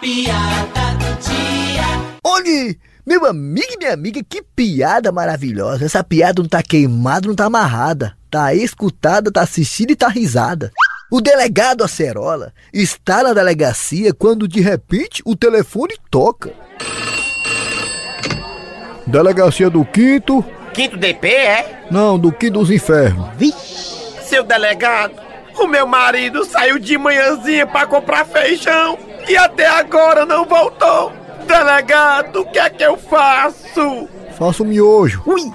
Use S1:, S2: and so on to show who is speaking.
S1: piada do dia.
S2: Olhe, meu amigo e minha amiga, que piada maravilhosa. Essa piada não tá queimada, não tá amarrada. Tá escutada, tá assistida e tá risada. O delegado Acerola está na delegacia quando de repente o telefone toca. Delegacia do Quinto?
S3: Quinto DP, é?
S2: Não, do Quinto dos Infernos.
S3: Seu delegado, o meu marido saiu de manhãzinha pra comprar feijão e até agora não voltou. Delegado, o que é que eu faço?
S2: Faça um miojo.
S3: Ui!